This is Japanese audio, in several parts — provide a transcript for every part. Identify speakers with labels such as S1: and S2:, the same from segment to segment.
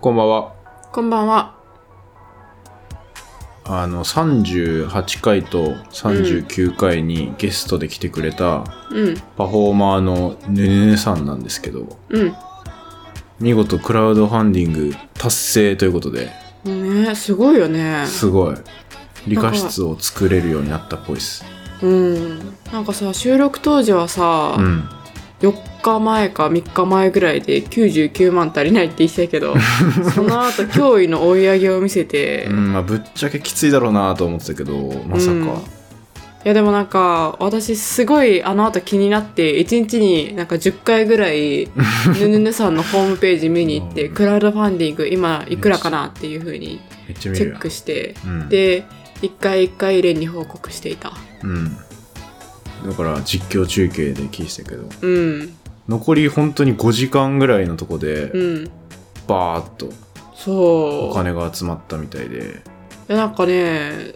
S1: こんばんは。
S2: こんばんは。
S1: あの、38回と39回にゲストで来てくれた
S2: うん、
S1: パフォーマーのねねねさんなんですけど、
S2: うん。
S1: 見事クラウドファンディング達成ということで、
S2: もうね、すごいよね。
S1: すごい。理科室を作れるようになったっぽいです。
S2: うん。なんかさ、収録当時はさ、
S1: うん。
S2: 4日前か3日前ぐらいで99万足りないって言ってた けど、その後驚異の追い上げを見せて、
S1: う
S2: い
S1: ん、まあぶっちゃけきついだろうなと思ってたけど、まさ
S2: うん
S1: か。
S2: やでもなんか、私すごいあの後気になって、1日になんか10回ぐらい、ぬぬぬさんのホームページ見に行って、
S1: うん
S2: クラウドファンディング今いくらかなっていう風に
S1: めっちゃ見
S2: チ
S1: る
S2: ェ
S1: や
S2: ッ
S1: ん
S2: クして、
S1: うん、
S2: で、一回一回連に報告していた。
S1: うん。だから実況中継で聞いてたけど、
S2: うん。
S1: 残り本当に5時間ぐらいのとこで、
S2: うん。
S1: バーッとお
S2: そう。
S1: 金が集まったみたいで。
S2: いやなんかね、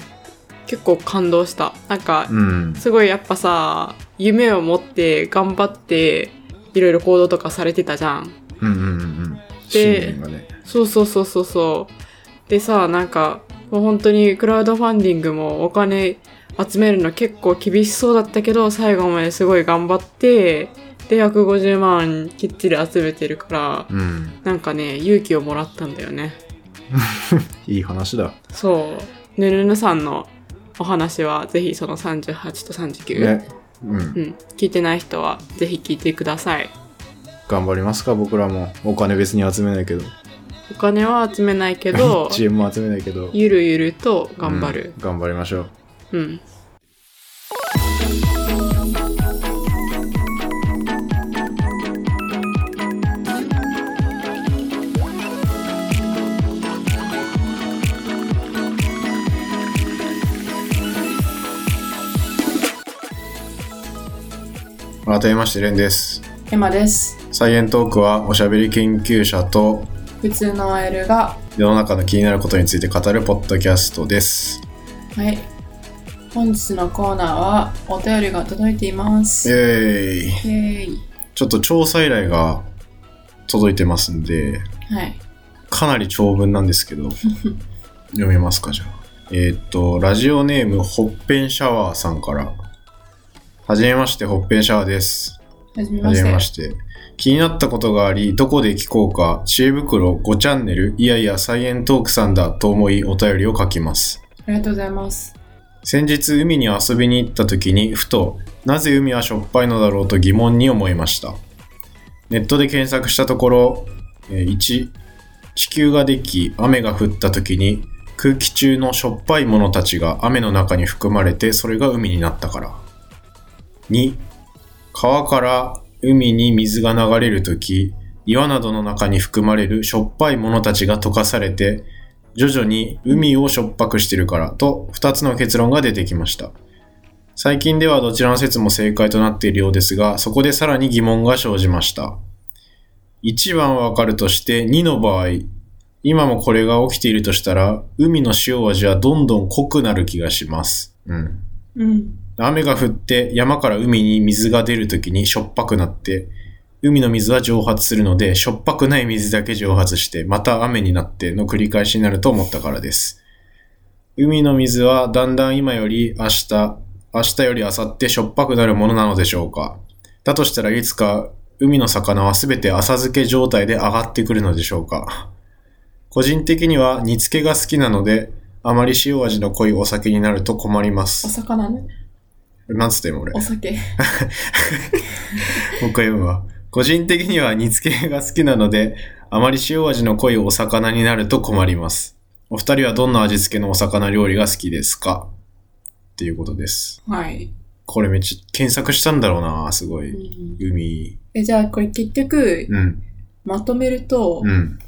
S2: 結構感動した。なんか、
S1: うん。
S2: すごいやっぱさ、夢を持って頑張って、いろいろ行動とかされてたじゃん。
S1: うんうんうんうん。信念がね。
S2: そうそうそうそうそう。でさ、なんか、もう本当にクラウドファンディングもお金集めるの結構厳しそうだったけど、最後まですごい頑張って、で、150万きっちり集めてるから、
S1: うん。
S2: なんかね、勇気をもらったんだよね。
S1: いい話だ。
S2: そう。ぬるぬさんのお話は、ぜひその38と39、
S1: ね。うん
S2: う。ん、聞いてない人は、ぜひ聞いてください。
S1: 頑張りますか、僕らも。お金別に集めないけど。
S2: お金は集めない けど、
S1: 1円も集めないけど。
S2: ゆるゆると頑張る
S1: うん。頑張りましょう。
S2: うん。
S1: 改めまして、レンです。
S2: エマです。
S1: サイエントークは、おしゃべり研究者と
S2: 普通の OL が、
S1: 世の中の気になることについて語るポッドキャストです。
S2: はい。本日のコーナーは、お便りが届いていま
S1: イ
S2: す。イ
S1: ェーイ。
S2: ェーイ。
S1: ちょっと調査依頼が届いてますんで、
S2: はい。
S1: かなり長文なんですけ ど読みますかじゃあえーっとラジオネームほっぺんシャワーさんからはじめましてほっぺんシャワーです
S2: はじめ
S1: は
S2: まし
S1: じ
S2: て。
S1: めまして気になったことがありどこで聞こうか知恵袋5チャンネルいやいやサイエントークさんだと思いお便りを書きます
S2: ありがとうございます。
S1: 先日海に遊びに行った時にふとなぜ海はしょっぱいのだろうと疑問に思いましたネットで検索したところえー1地球ができ雨が降った時に空気中のしょっぱいものたちが雨の中に含まれてそれが海になったから2川から海に水が流れる時岩などの中に含まれるしょっぱいものたちが溶かされて徐々に海をしょっぱくしてるからと2つの結論が出てきました最近ではどちらの説も正解となっているようですがそこでさらに疑問が生じました1番はわかるとして2の場合今もこれが起きているとしたら海の塩味はどんどん濃くなる気がしますうん
S2: うん。
S1: 雨が降って山から海に水が出るときにしょっぱくなって、海の水は蒸発するので、しょっぱくない水だけ蒸発して、また雨になっての繰り返しになると思ったからです。海の水はだんだん今より明日、明日より明後日しょっぱくなるものなのでしょうか。だとしたらいつか海の魚はすべて浅漬け状態で上がってくるのでしょうか。個人的には煮付けが好きなので、あまり塩味の濃いお酒になると困りま
S2: お
S1: す。
S2: 魚ね。
S1: なんつってんの俺。
S2: お酒。
S1: もう一回読むわ。個人的には煮付けが好きなので、あまり塩味の濃いお魚になると困ります。お二人はどんな味付けのお魚料理が好きですかっていうことです。
S2: はい。
S1: これめっちゃ検索したんだろうな、すご
S2: う
S1: い。
S2: ん
S1: 海。
S2: え、じゃあこれ結局、
S1: うん、
S2: まとめると、
S1: うん、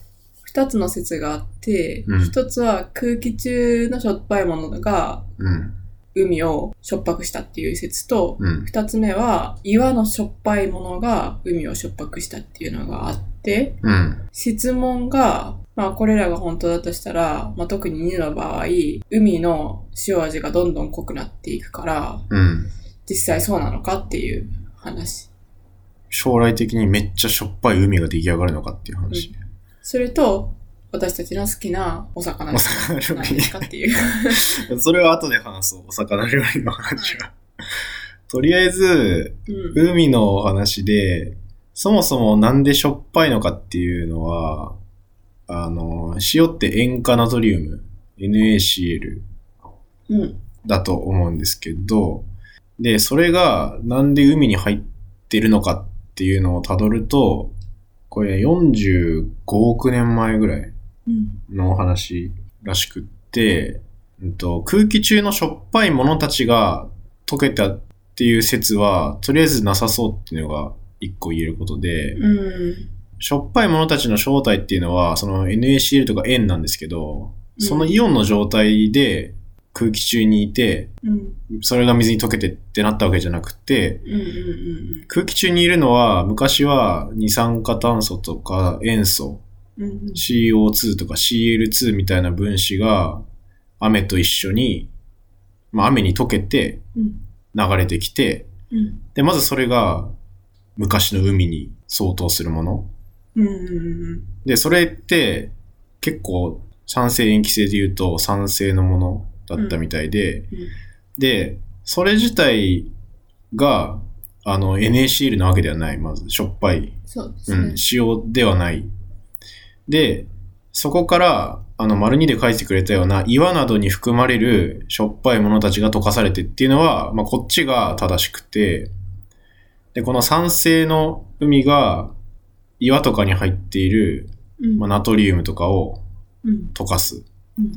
S2: 二つの説があって、
S1: うん
S2: 一つは空気中のしょっぱいものが
S1: うん、
S2: 海をしょっぱくしたっていう説と、
S1: うん、
S2: 二つ目は岩のしょっぱいものが海をしょっぱくしたっていうのがあって、
S1: うん、
S2: 質問が、まあこれらが本当だとしたら、まあ特に2の場合、海の塩味がどんどん濃くなっていくから、
S1: うん。
S2: 実際そうなのかっていう話。
S1: 将来的にめっちゃしょっぱい海が出来上がるのかっていう話。
S2: それと、
S3: 私たちの好きなお魚
S1: お魚料
S3: なん
S1: 理
S3: ですかっていう。
S1: それは後で話そう、お魚料理の話は。とりあえず、
S3: うん。
S1: 海のお話で、そもそもなんでしょっぱいのかっていうのは、あの、塩って塩化ナトリウム、NaCl
S3: うん。
S1: だと思うんですけど、で、それがなんで海に入ってるのかっていうのをたどると、これ45億年前ぐらい
S3: うん。
S1: のお話らしくって、うんと、空気中のしょっぱいものたちが溶けたっていう説は、とりあえずなさそうっていうのが一個言えることで、
S3: うん。
S1: しょっぱいものたちの正体っていうのは、その NaCl とか塩なんですけど、そのイオンの状態で空気中にいて、
S3: うん。
S1: それが水に溶けてってなったわけじゃなくて、
S3: うん。うん。うん
S1: 空気中にいるのは、昔は二酸化炭素とか塩素、
S3: うん。うん。
S1: CO2 とか CL2 みたいな分子が雨と一緒に、まあ、雨に溶けて
S3: うん。
S1: 流れてきて
S3: うん。
S1: でまずそれが昔の海に相当するもの
S3: うん。うん。
S1: でそれって結構酸性塩基性で言うと酸性のものだったみたいで、
S3: うん
S1: でそれ自体があの NaCl なわけではないまずしょっぱい
S3: そうです
S1: う
S3: ね
S1: ん、。塩ではない。で、そこから、あの、丸2で書いてくれたような、岩などに含まれるしょっぱいものたちが溶かされてっていうのは、まあ、こっちが正しくて、で、この酸性の海が、岩とかに入っている、
S3: うん。
S1: まあ、ナトリウムとかを
S3: うん。
S1: 溶かすっ
S3: うん。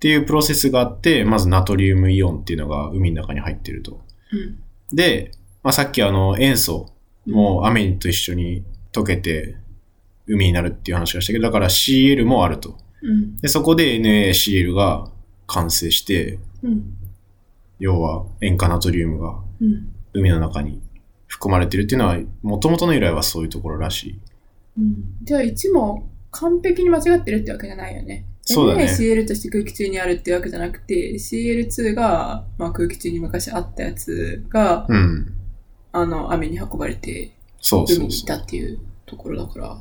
S1: ていうプロセスがあって、まずナトリウムイオンっていうのが海の中に入ってると。
S3: うん。
S1: で、まあ、さっきあの、塩素
S3: うん
S1: もう雨と一緒に溶けて海になるっていう話がしたけど、だから CL もあると。
S3: うん。
S1: で、そこで NaCl が完成して、
S3: うん。
S1: 要は塩化ナトリウムが
S3: うん。
S1: 海の中に含まれてるっていうのは、元々の由来はそういうところらしい。
S3: うんじゃあ1も完璧に間違ってるってわけじゃないよね。
S1: そうだね
S3: CL として空気中にあるってわけじゃなくて、CL2 が、まあ、空気中に昔あったやつが、
S1: うん。
S3: あの、雨に運ばれて
S1: そう
S3: 海
S1: そ
S3: に
S1: う
S3: 行っ
S1: そ
S3: た
S1: う。
S3: っていうところだから、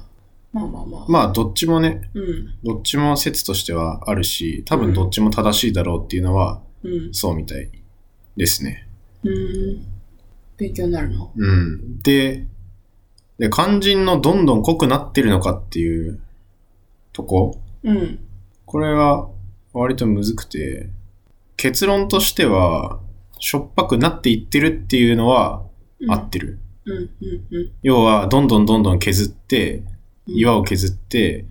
S3: まあまあまあ。
S1: まあ、どっちもね、
S3: うん。
S1: どっちも説としてはあるし、多分どっちも正しいだろうっていうのは、
S3: うん。
S1: そうみたいですね。
S3: うん。勉強になるの。
S1: うん。で、で、肝心のどんどん濃くなってるのかっていうとこ。
S3: うん。
S1: これは割とむずくて、結論としては、しょっぱくなっていってるっていうのは
S3: うん
S1: 合ってる。
S3: うん。うん。うん。
S1: 要は、どんどんどんどん削って、岩
S3: を。
S1: を削って、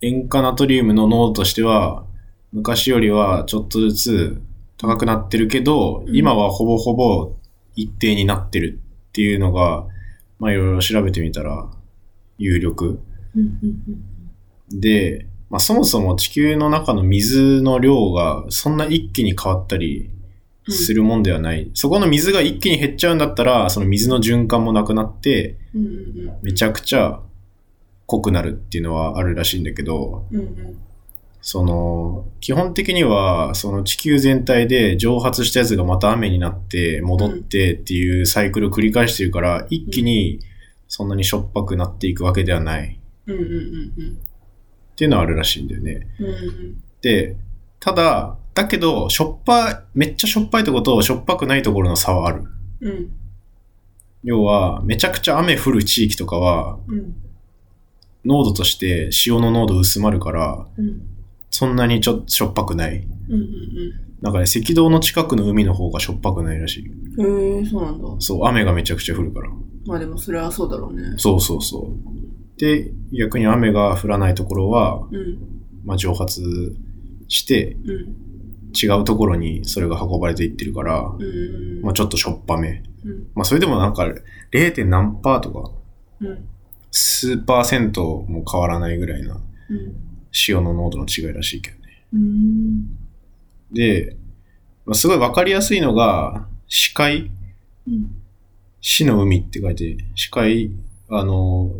S1: 塩化ナトリウムの濃度としては、昔よりはちょっとずつ高くなってるけど、
S3: うん
S1: 今はほぼほぼ一定になってるっていうのが、まあいろいろ調べてみたら有力。
S3: うん。うん。
S1: で、まあそもそも地球の中の水の量がそんな一気に変わったり
S3: うん。
S1: するもんではない。そこの水が一気に減っちゃうんだったら、その水の循環もなくなって、
S3: うん。うん。うん。
S1: めちゃくちゃ濃くなるっていうのはあるらしいんだけど、
S3: うん。うん。
S1: その、基本的には、その地球全体で蒸発したやつがまた雨になって、戻ってっていうサイクルを繰り返してるから、一気にそんなにしょっぱくなっていくわけではない
S3: うん。うん。
S1: っていうのはあるらしいんだよね。
S3: うん。うん。
S1: で、ただ、だけど、しょっぱ、めっちゃしょっぱいところとしょっぱくないところの差はある。
S3: うん。
S1: 要は、めちゃくちゃ雨降る地域とかは、
S3: うん。
S1: 濃度として塩の濃度薄まるから、
S3: うん。
S1: そんなにちょっとしょっぱくない。
S3: うんうん
S1: なんかね、赤道の近くの海の方がしょっぱくないらしい。
S3: うん。へえ、そうなんだ。
S1: そう、雨がめちゃくちゃ降るから。
S3: まあでもそれはそうだろうね。
S1: そうそうそう。で、逆に雨が降らないところは、
S3: うん。
S1: まあ、蒸発して、
S3: うん。
S1: 違うところにそれが運ばれていってるから、
S3: うん。
S1: まあ、ちょっとしょっぱめ。
S3: うん。
S1: まあ、それでもなんか 0. 何パーとか、
S3: うん。
S1: 数パーセントも変わらないぐらいな
S3: うん。
S1: 塩の濃度の違いらしいけどね。
S3: うん。
S1: で、まあ、すごいわかりやすいのが、視界
S3: うん。
S1: 死の海って書いて、視界、あの、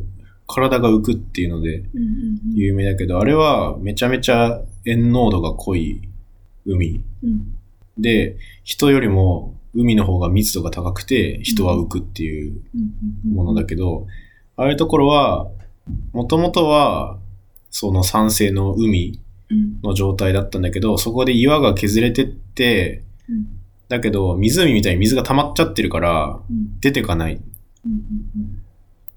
S1: 体が浮くっていうので、
S3: うん。
S1: 有名だけど、あれはめちゃめちゃ塩濃度が濃い海
S3: うん。
S1: で、人よりも海の方が密度が高くて人は浮くっていうものだけど、ああいうところは、もともとはその酸性の海
S2: うん
S1: の状態だったんだけど、そこで岩が削れてって、
S2: うん
S1: だけど湖みたいに水が溜まっちゃってるから、
S2: うん
S1: 出てかない。
S2: うんうん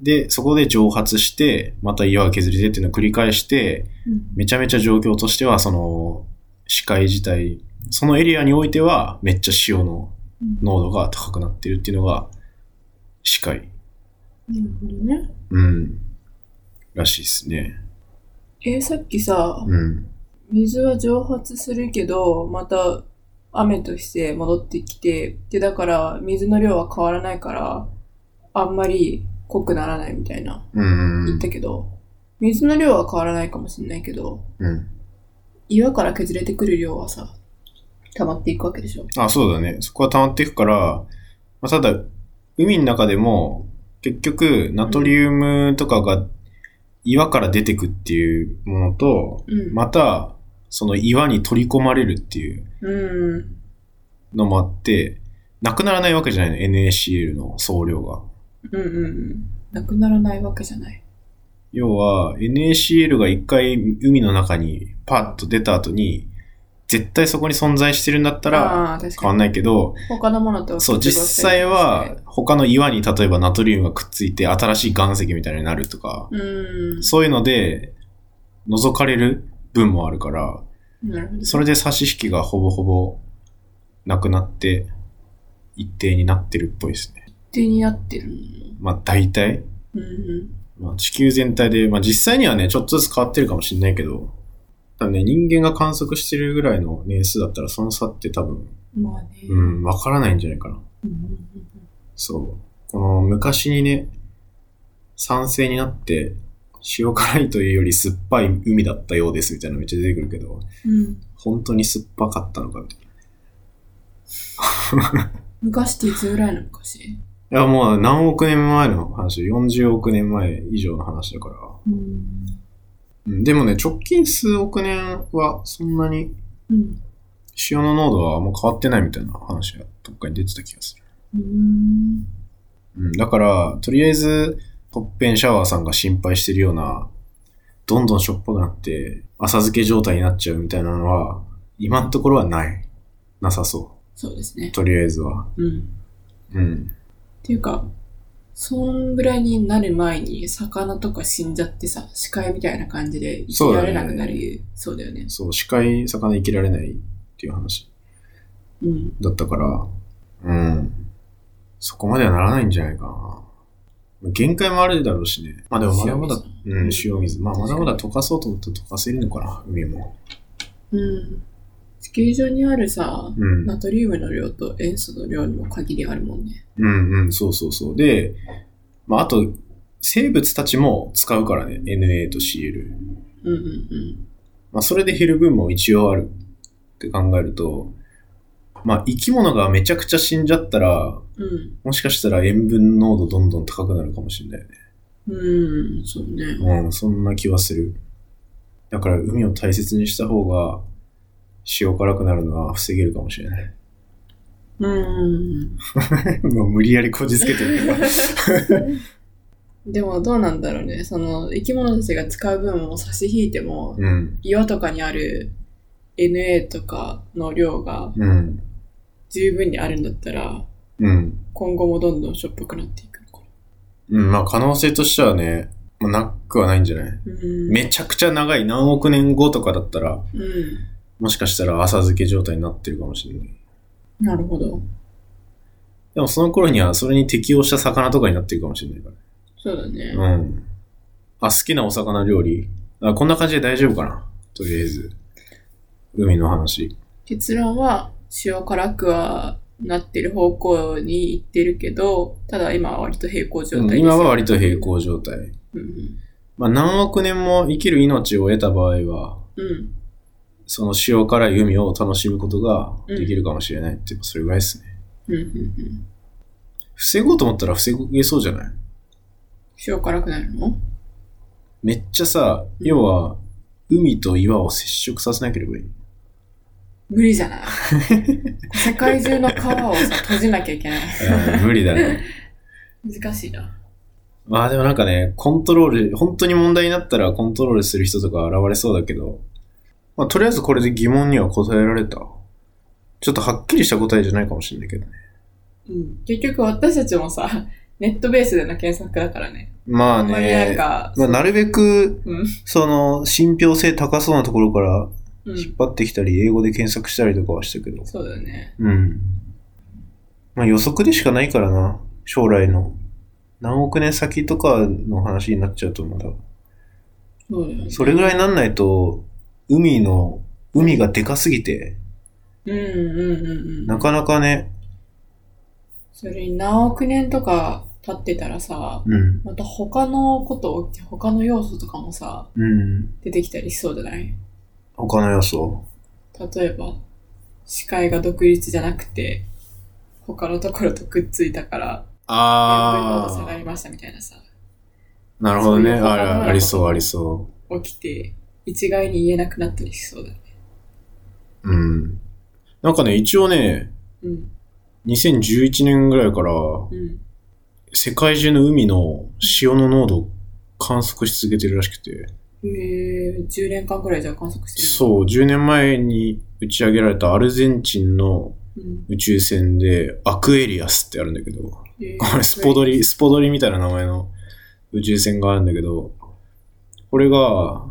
S1: で、そこで蒸発して、また岩が削れてっていうのを繰り返して、
S2: うん
S1: めちゃめちゃ状況としては、その、視界自体、そのエリアにおいては、めっちゃ塩の
S2: うん
S1: 濃度が高くなってるっていうのが、視界。
S2: なるほどね
S1: うん。らしいですね。
S2: えーさっきさ
S1: うん。
S2: 水は蒸発するけどまた雨として戻ってきてでだから水の量は変わらないからあんまり濃くならないみたいな
S1: うんう
S2: 言っ
S1: ん
S2: たけど、水の量は変わらないかもしれないけど
S1: うん。
S2: 岩から削れてくる量はさ溜まっていくわけでしょ
S1: あ、そうだね。そこは溜まっていくから、まあ、ただ、海の中でも、結局、ナトリウムとかが岩から出てくっていうものと、
S2: うん
S1: また、その岩に取り込まれるっていう
S2: うん
S1: のもあって、なくならないわけじゃないの、NACL の総量が。
S2: うんうんうんなくならないわけじゃない
S1: 要は、NACL が一回海の中にパッと出た後に、絶対そこに存在してるんだったら
S2: ああー確
S1: 変
S2: か
S1: わん
S2: に
S1: ないけど、
S2: 他のものと
S1: そう、
S2: 結合
S1: 実
S2: したり
S1: 際
S2: とかして
S1: は他の岩に例えばナトリウムがくっついて新しい岩石みたいになるとか、
S2: うん
S1: そういうので覗かれる分もあるから、
S2: なるほど
S1: それで差し引きがほぼほぼなくなって一定になってるっぽいですね。
S2: 手に合ってるの
S1: まあ大体、
S2: うんうん
S1: まあ、地球全体で、まあ実際にはね、ちょっとずつ変わってるかもしれないけど、多分ね、人間が観測してるぐらいの年数だったらその差って多分、
S2: まあね。
S1: う。ん、わからないんじゃないかな。
S2: うん
S1: そう。この昔にね、酸性になって、塩辛いというより酸っぱい海だったようですみたいなのめっちゃ出てくるけど、
S2: うん、
S1: 本当に酸っぱかったのかみたい
S2: 昔っていつぐらいの昔
S1: な。いや、もう何億年前の話、40億年前以上の話だから。
S2: うん。
S1: うん、でもね、直近数億年はそんなに
S2: うん。
S1: 塩の濃度はあんま変わってないみたいな話がどっかに出てた気がする。
S2: うん。
S1: うん、だから、とりあえず、トッペンシャワーさんが心配してるような、どんどんしょっぱくなって、浅漬け状態になっちゃうみたいなのは、今のところはない。なさそ
S2: そうですね
S1: う。。とりあえずは。
S2: うん。っ
S1: うん。
S2: ていうか、そんぐらいになる前に魚とか死んじゃってさ、視界みたいな感じで生きられなくなる。そうだよね。
S1: そう、視界、魚生きられないっていう話
S2: うん。
S1: だったから、うん。そこまではならないんじゃないかな。限界もあるだろうしね。まあでもまだまだ、うん、塩水。まあまだまだ溶かそうと思ったら溶かせるのかな、海も。
S2: うん。地球上にあるさ、
S1: うん。
S2: ナトリウムの量と塩素の量にも限りあるもんね。
S1: うんうん、そうそうそう。で、まあ、あと、生物たちも使うからね、NA と CL。
S2: うんうんうん。
S1: まあ、それで減る分も一応あるって考えると、まあ、生き物がめちゃくちゃ死んじゃったら、
S2: うん。
S1: もしかしたら塩分濃度どんどん高くなるかもしれないよね。
S2: うん、そうね。
S1: うん、そんな気はする。だから、海を大切にした方が、塩辛くなるのは防げるかもしれない。
S2: うん。
S1: もう無理やりこじつけてるけど。
S2: でもどうなんだろうね。その生き物たちが使う分を差し引いても、
S1: うん、
S2: 岩とかにある NA とかの量が
S1: うん、
S2: 十分にあるんだったら、
S1: うん。
S2: 今後もどんどんしょっぱくなっていくのか
S1: うん、まあ可能性としてはね、まあ、なくはないんじゃない
S2: な。うん。
S1: めちゃくちゃ長い何億年後とかだったら、
S2: うん。
S1: もしかしたら浅漬け状態になってるかもしれない。
S2: なるほど。
S1: でもその頃にはそれに適応した魚とかになってるかもしれないか
S2: そうだね。
S1: ら。うん。あ、好きなお魚料理あこんな感じで大丈夫かなとりあえず。海の話。
S2: 結論は塩辛くはなってる方向に行ってるけど、ただ今は割と平行状態ですよ
S1: 今は割と平。行状態。
S2: うん。
S1: まあ何億年も生きる命を得た場合は、
S2: うん。
S1: その塩辛い海を楽しむことができるかもしれないって、それぐらいですね。
S2: うん。うん。うん。
S1: 防ごうと思ったら防げそうじゃない
S2: 塩辛くなるの
S1: めっちゃさ、要は、海と岩を接触させなけれ ばいい。
S2: 無理じゃない世界中の川をさ閉じなきゃいけない。
S1: 無理だね。
S2: 難しいな。
S1: まあでもなんかね、コントロール、本当に問題になったらコントロールする人とか現れそうだけど、まあとりあえずこれで疑問には答えられた。ちょっとはっきりした答えじゃないかもしれないけどね。
S2: うん。結局私たちもさ、ネットベースでの検索だからね。
S1: ま
S2: あ
S1: あ
S2: んまりなん
S1: ね、
S2: か、
S1: まあ、なるべく、
S2: うん。
S1: その、信憑性高そうなところから
S2: う
S1: 引
S2: ん
S1: っ。張ってきたり、英語で検索したりとかはしたけど。
S2: そうだよね。
S1: うん。まあ予測でしかないからな、将来の。何億年先とかの話になっちゃうとまだ。
S2: そうだよね。
S1: それぐらいになんないと、海の、海がでかすぎて、
S2: うんうんうんうん。
S1: なかなかね、
S2: それに何億年とか経ってたらさ、
S1: うん、
S2: また他のこと起きて、他の要素とかもさ、
S1: うん、
S2: 出てきたりしそうじゃない
S1: 他の要素。
S2: 例えば、視界が独立じゃなくて、他のところとくっついたから、やっぱり濃度下がりましたみたいなさ、
S1: なるほどね。
S2: そういう
S1: あ
S2: 他の
S1: らありそう、ありそ
S2: 起きて、一概に言えなくなったりしそうだね。
S1: う。うん。なんかね、一応ね、
S2: うん、
S1: 2011年ぐらいから、
S2: うん。
S1: 世界中の海の潮の濃度を観測し続けてるらしくて、
S2: えー、10年間くらいじゃあ観測してる。
S1: そう、10年前に打ち上げられたアルゼンチンの
S2: うん。
S1: 宇宙船で、アクエリアスってあるんだけど、
S2: えー
S1: これスポドリ、スポドリみたいな名前の宇宙船があるんだけど、これが、あ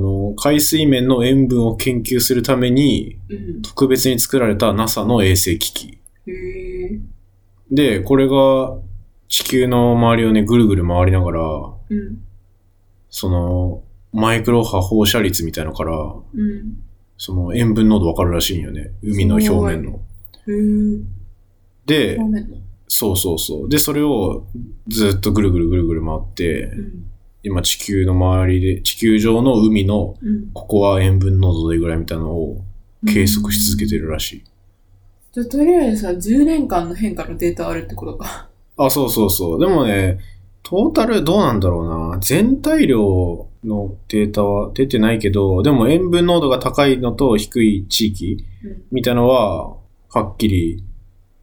S1: の、海水面の塩分を研究するために、
S2: うん。
S1: 特別に作られた NASA の衛星機器。
S2: えー、
S1: で、これが地球の周りをね、ぐるぐる回りながら、
S2: うん。
S1: その、マイクロ波放射率みたいのから、
S2: うん。
S1: その塩分濃度わかるらしいんよね。海の表面の。
S2: えー、
S1: で
S2: ご、めんな。
S1: そうそうそう。で、それをずっとぐるぐるぐるぐる回って
S2: う、ん。
S1: 今地球の周りで、地球上の海の
S2: うん。
S1: ここは塩分濃度でぐらいみたいなのを計測し続けてるらしい。
S2: じゃあ、とりあえずさ、10年間の変化のデータあるってことか。
S1: あ、そうそうそう。でもね、トータルどうなんだろうな。全体量のデータは出てないけど、でも塩分濃度が高いのと低い地域
S2: う
S1: みたいのは、はっきり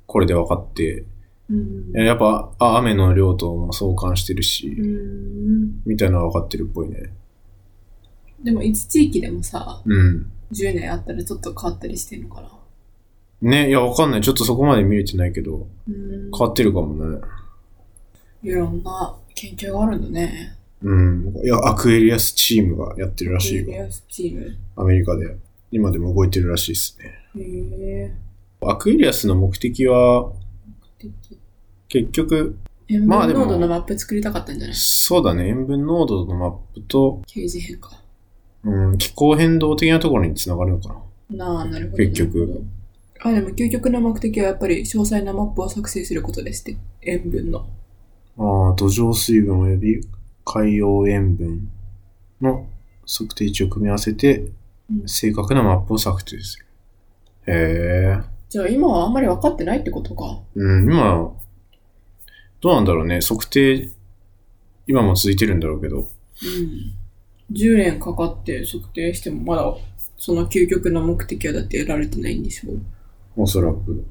S1: これで分かって、
S2: ん。うん。
S1: えやっぱあ雨の量とも相関してる
S2: う
S1: し、
S2: ん。
S1: みたいなのは分かってるっぽいね。
S2: でも、一地域でもさ、
S1: うん。
S2: 10年あったらちょっと変わったりしてんのかな。
S1: ね、いや、わかんない。ちょっとそこまで見れてないけど、
S2: うん。
S1: 変わってるかもね。
S2: いろんな研究があるんだね。
S1: うん。いや、アクエリアスチームがやってるらしい
S2: ベ
S1: よ。
S2: アスチーム。
S1: アメリカで。今でも動いてるらしいですね。
S2: へえ。
S1: アクエリアスの目的は、結局、
S2: 塩
S1: まあ
S2: 分
S1: でも
S2: 濃度のマップ作りたかったんじゃない
S1: そうだね、塩分濃度のマップと、
S2: 刑事変化。
S1: うん、気候変動的なところにつながるのかな。
S2: なあ、なるほど。
S1: 結局。
S2: あ、でも究極の目的はやっぱり詳細なマップを作成することですって。塩分の。
S1: ああ、土壌水分及び海洋塩分の測定値を組み合わせて、
S2: うん
S1: 正確なマップを策定する。へえ。
S2: じゃあ今はあんまり分かってないってことか。
S1: うん、今、どうなんだろうね。測定、今も続いてるんだろうけど。
S2: うん。10年かかって測定してもまだその究極の目的はだって得られてないんでしょう。
S1: おそらく。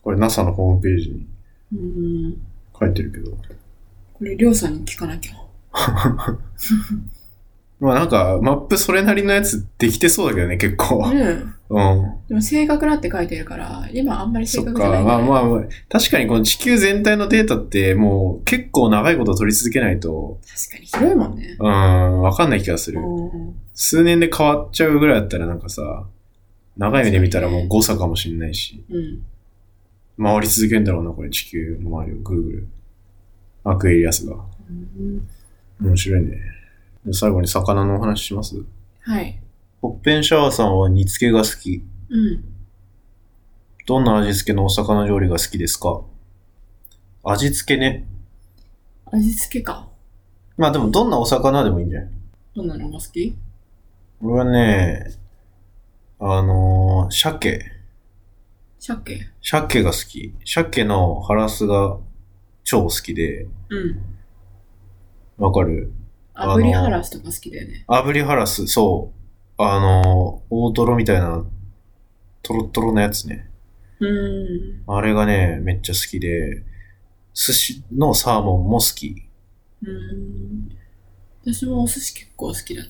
S1: これ NASA のホームページに
S2: うん。
S1: 書いてるけど。
S2: これ、りょうさんに聞かなきゃ。
S1: まあなんか、マップそれなりのやつできてそうだけどね、結構。う
S2: うん。
S1: ん。
S2: でも正確なって書いてるから、今あんまり正
S1: そっ
S2: 確じゃな
S1: か。
S2: いん
S1: まあ
S2: だよね
S1: まあ、まあ確かにこの地球全体のデータってもう結構長いこと取り続けないと、
S2: 確かに広いもんね。
S1: うん、わかんない気がする。数年で変わっちゃうぐらいだったらなんかさ、長い目で見たらもう誤差かもしんないし、
S2: うん。
S1: 回り続けんだろうな、これ地球の周りをぐるぐる。アクエリアスが。
S2: うん。
S1: 面白いね。で最後に魚のお話します
S2: はい。
S1: ホッペンシャワーさんは煮付けが好き。
S2: うん。
S1: どんな味付けのお魚料理が好きですか味付けね。
S2: 味付けか。
S1: まあでもどんなお魚でもいいんじゃない
S2: どんなのが好き
S1: 俺はね、あのー、鮭。
S2: 鮭。
S1: 鮭が好き。鮭のハラスが超好きで、
S2: うん。
S1: わかる
S2: 炙りハラスとか好きだよね。
S1: 炙りハラス、そう。あのー、大トロみたいな、トロットロのやつね。
S2: うん。
S1: あれがね、めっちゃ好きで、寿司のサーモンも好き。
S2: うん。私もお寿司結構好きだな。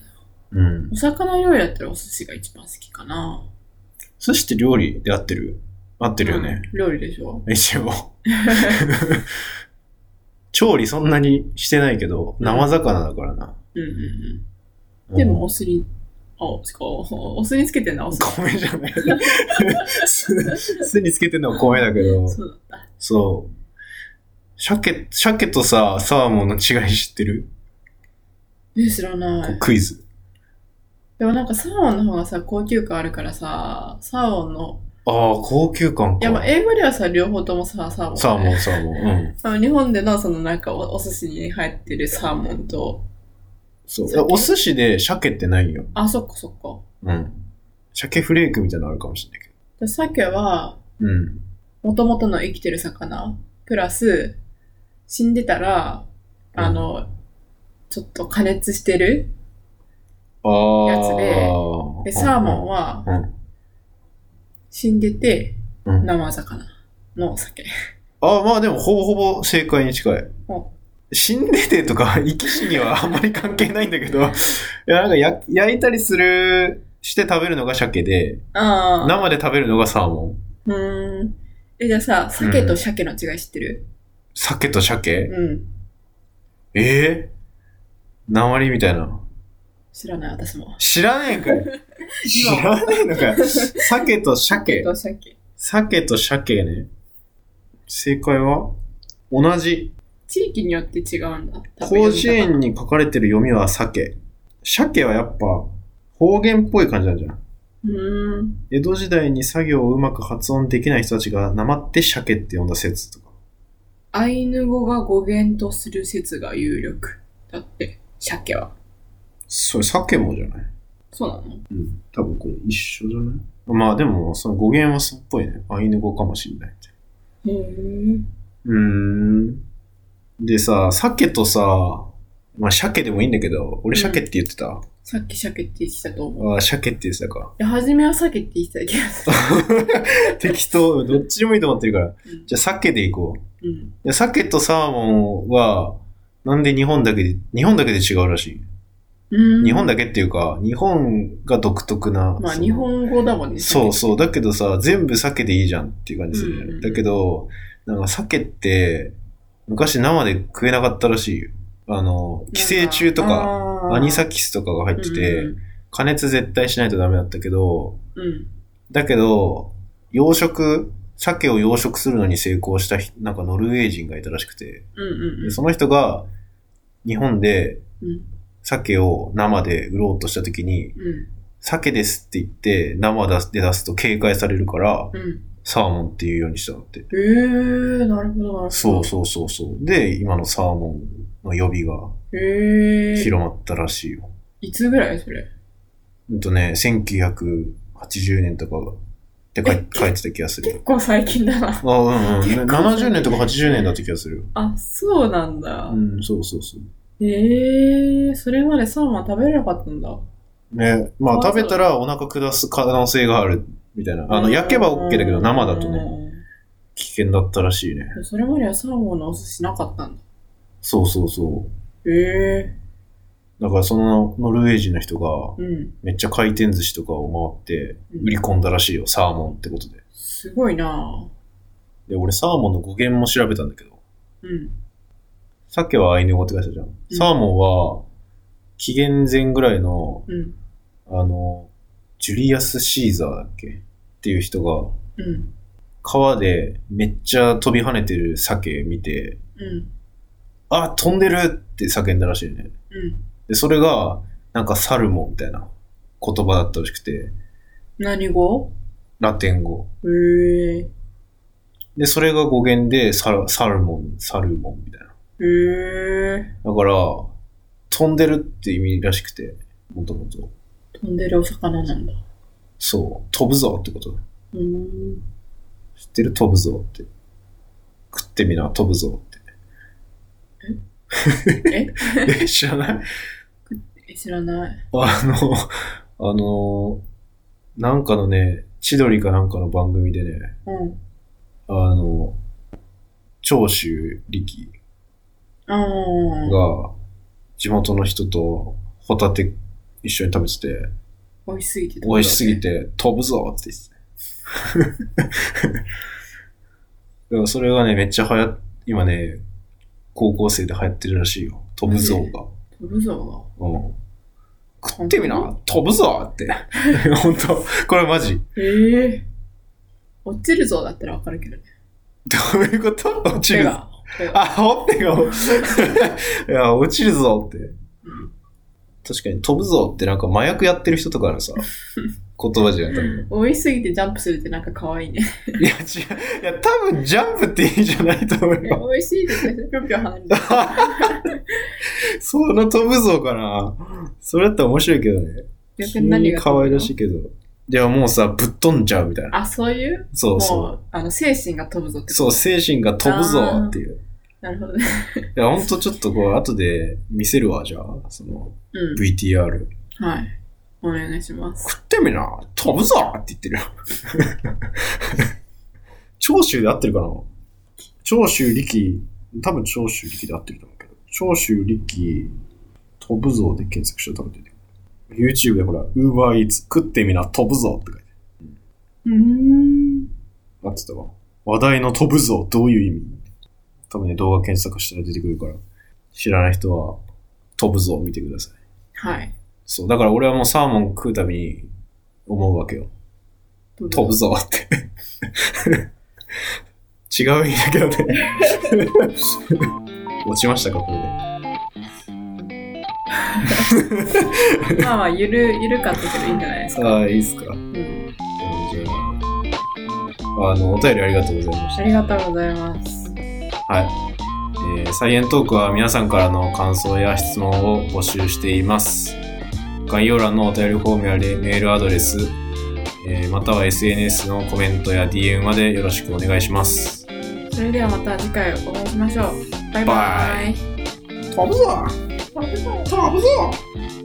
S1: うん。
S2: お魚料理だったらお寿司が一番好きかな。
S1: 寿司って料理で合ってる合ってるよね。
S2: うん。料理で しょ
S1: 一応。調理そんなにしてないけど、生魚だからな。
S2: うんうんうん。でもお酢に、あ、お酢か、お酢につけてんだ、お
S1: うん、
S2: 酢。
S1: 米じゃない。 酢酢につけてんのは米だけど、
S2: そうだった。
S1: そう。鮭、鮭とさ、サーモンの違い知ってる、
S2: え、知らない。
S1: クイズ。
S2: でもなんかサーモンの方がさ、高級感あるからさ、サーモンの、
S1: ああ、高級感
S2: いやまあ
S1: か。
S2: 英語ではさ、両方ともさ、サーモン、
S1: サーモン、サーモン。うん。
S2: あの日本でのそのなんかおお寿司に入ってるサーモンと、
S1: そう。
S2: 鮭
S1: お寿司で鮭ってないよ。
S2: あ、そっかそっか。
S1: うん。鮭フレークみたいなのあるかもしれないけ
S2: で鮭は、
S1: ど。うん。
S2: もともとの生きてる魚、プラス、死んでたら、あの、ちょっと加熱してる。
S1: ああ。
S2: やつでで、サーモン
S1: は。
S2: は
S1: うん、
S2: 死んでて、
S1: うん
S2: 生魚のお酒。
S1: ああ、まあでもほぼほぼ正解に近い
S2: お。
S1: 死んでてとか、生き死にはあんまり関係ないんだけ ど、いや、なんかや焼いたりする、して食べるのが鮭で、
S2: ああ。
S1: 生で食べるのがサーモン。
S2: うーん。え、じゃあさ、鮭と鮭の違い知ってる
S1: 鮭と鮭、
S2: うん。
S1: ええ鉛みたいな。
S2: 知らない、私も。
S1: 知らねえんかい。知らねえのかよ。鮭と鮭。
S2: と鮭。
S1: 鮭と鮭ね。正解は同じ。
S2: 地域によって違うんだ。多分
S1: 甲子園に書かれてる読みは鮭。鮭はやっぱ方言っぽい感じなんじゃん。
S2: うーん。
S1: 江戸時代に作業をうまく発音できない人たちがなまって鮭って呼んだ説とか。
S2: アイヌ語が語源とする説が有力。だって、鮭は。
S1: それ鮭もじゃない
S2: そうなの
S1: うん。多分これ一緒じゃないまあでも、その語源はそうっぽいね。アイヌ語かもしれない。
S2: へえ。
S1: うーん。でさ、鮭とさ、まあ、鮭でもいいんだけど、俺鮭って言ってた、
S2: さっき鮭って言ってたと思う。い
S1: ああ、鮭って言ってたか。
S2: や、初めは鮭って言ってた気がする。
S1: 適当、どっちでもいいと思ってるから。
S2: うん
S1: じゃあ、鮭でいこう。い
S2: うん。
S1: や、鮭とサーモンは、なんで日本だけで、日本だけで違うらしい。
S2: うん
S1: 日本だけっていうか、日本が独特な。
S2: まあ、
S1: その
S2: 日本語だもんね。
S1: そうそう。だけどさ、全部鮭でいいじゃんっていう感じするじゃん
S2: うんうん
S1: だけど、なんか鮭って、昔生で食えなかったらしいよ。あの、寄生虫とか、
S2: か
S1: アニサキスとかが入ってて、。加熱絶対しないとダメだったけど、
S2: うん。
S1: だけど、養殖、鮭を養殖するのに成功した人、なんかノルウェー人がいたらしくて、
S2: うんうん
S1: でその人が日本で
S2: うん。
S1: 鮭を生で売ろうとした時に、
S2: うん。
S1: 鮭ですって言って生で出すと警戒されるから、
S2: うん。
S1: サーモンっていうようにしたのって。
S2: えー、なるほど、なるほど。
S1: そうそうそうそう。で、今のサーモンの予備が
S2: う。えー。
S1: 広まったらしいよ。
S2: いつぐらいそれ
S1: うんとね、1980年とかって書い書いてた気がする。
S2: 結構最近だな。
S1: あうんうん。
S2: 結構
S1: 70年とか80年だった気がする。
S2: あ、そうなんだ。
S1: うん、そうそうそう。
S2: ええー、それまでサーモン食べれなかったんだ。
S1: ね、まあ
S2: そうそう
S1: 食べたらお腹下す可能性があるみたいな。あの、焼けば OK だけど生だとね、危険だったらしいね。
S2: うん。それまではサーモンのお寿司なかったんだ。
S1: そうそうそ
S2: え
S1: う。だからそのノルウェー人の人が
S2: えー。うん。
S1: めっちゃ回転寿司とかを回って
S2: うん
S1: 売り込んだらしいよ、サーモンってことで。
S2: すごいな
S1: で、俺サーモンの語源も調べたんだけど、
S2: ぁ。うん。
S1: さっきはアイヌ語って書いてたじゃん。サーモンは、紀元前ぐらいの、
S2: うん。
S1: あの、ジュリアス・シーザーだっけっていう人が、
S2: うん。
S1: 川でめっちゃ飛び跳ねてる鮭見て、
S2: うん。
S1: あ、飛んでるって叫んだらしいね。
S2: うん。
S1: で、それが、なんかサルモンみたいな言葉だったらしくて、
S2: 何語
S1: ラテン語。
S2: ええ
S1: で、それが語源でサル、サルモン、サルモンみたいな。
S2: ー。え
S1: だから、飛んでるって意味らしくて、もともと。
S2: ー。飛んでるお魚なんだ。
S1: そう、飛ぶぞってこと。
S2: うーん。
S1: 知ってる飛ぶぞって。食ってみな、飛ぶぞ
S2: え
S1: って。え、 知らない
S2: え知らない。
S1: あの、あの、なんかのね、千鳥かなんかの番組でね、
S2: うん。
S1: あの、長州力
S2: うん。
S1: が地元の人とホタテ一緒に食べてて、
S2: 美味しすぎて。
S1: 美味しすぎ。て飛ぶぞって言ってた。 でもそれがね、めっちゃ流行っ、今ね、高校生で流行ってるらしいよ。飛ぶぞが。
S2: 飛ぶぞ。
S1: うん。食ってみな飛ぶぞ って。本当これマジ。
S2: ええ落ちるぞだったらわかるけどね。
S1: どういうこと落ちる
S2: 手
S1: ぞ。
S2: が。手が
S1: あ、ほっぺが、 いや、落ちるぞって。確かに飛ぶぞってなんか麻薬やってる人とかの さ、言葉じゃん、多分。
S2: 美味しすぎてジャンプするってなんか可愛いね。
S1: いや、違う。いや、多分ジャンプって意味じゃないと思う
S2: 美
S1: よ。
S2: 味しいですね。ぴょんぴょん離れて。
S1: その飛ぶぞかな。それだったら面白いけどね。
S2: 逆に何が
S1: 可愛らしいけど。いや、もうさ、ぶっ飛んじゃうみたいな。
S2: あ、そういう
S1: そう
S2: も、
S1: そう
S2: あの、精神が飛ぶぞっ
S1: う。
S2: てこと
S1: そう、精神が飛ぶぞっていう。
S2: なるほどね。
S1: いや、ほんとちょっとこう、後で見せるわ、じゃあ。その、
S2: う
S1: VTR。
S2: ん。はい。お願いします。
S1: 食ってみな飛ぶぞって言ってるよ。長州で合ってるかな長州力、多分長州力で合ってると思うけど。長州力、飛ぶぞで検索したら多分出てくる。YouTube でほら、UberEats 食ってみな飛ぶぞって書いて
S2: うーん。
S1: ある。合ってたわ。話題の飛ぶぞどういう意味多分ね、動画検索したら出てくるから、知らない人は飛ぶぞ見てください。
S2: はい。
S1: そう、だから俺はもうサーモン食うたびに思うわけよ。
S2: 飛
S1: 飛ぶ。ぞって。違う意味だけどね。落ちましたか、これで。
S2: まあまあ、ゆる、ゆるかったけどいいんじゃないですか。
S1: ああ、いいっすか。
S2: うん。
S1: じゃあ、あの、お便りありがとうございまし
S2: ありがとうございます。
S1: た。はい。えーサイエントークは皆さんからの感想や質問を募集しています。概要欄のお便りフォームやレメールアドレス、えーまたは SNS のコメントや DM までよろしくお願いします。
S2: それではまた次回お会いしましょう。バイバ
S1: バ
S2: イ。
S1: 飛ぶぞ
S2: 飛ぶぞ
S1: 飛ぶぞ